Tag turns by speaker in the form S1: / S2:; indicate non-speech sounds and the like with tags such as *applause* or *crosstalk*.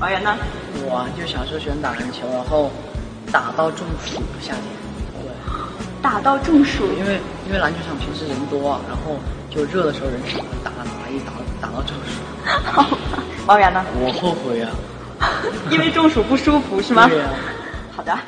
S1: 王源呢？
S2: 我啊就小时候喜欢打篮球，然后打到中暑，夏天。对，
S1: 打到中暑， *laughs*
S2: 因为因为篮球场平时人多啊，然后就热的时候人少，打打一打打到中暑。
S1: 好吧王源呢？
S2: 我后悔啊。
S1: 因为中暑不舒服是吗？
S2: 对呀
S1: 好的。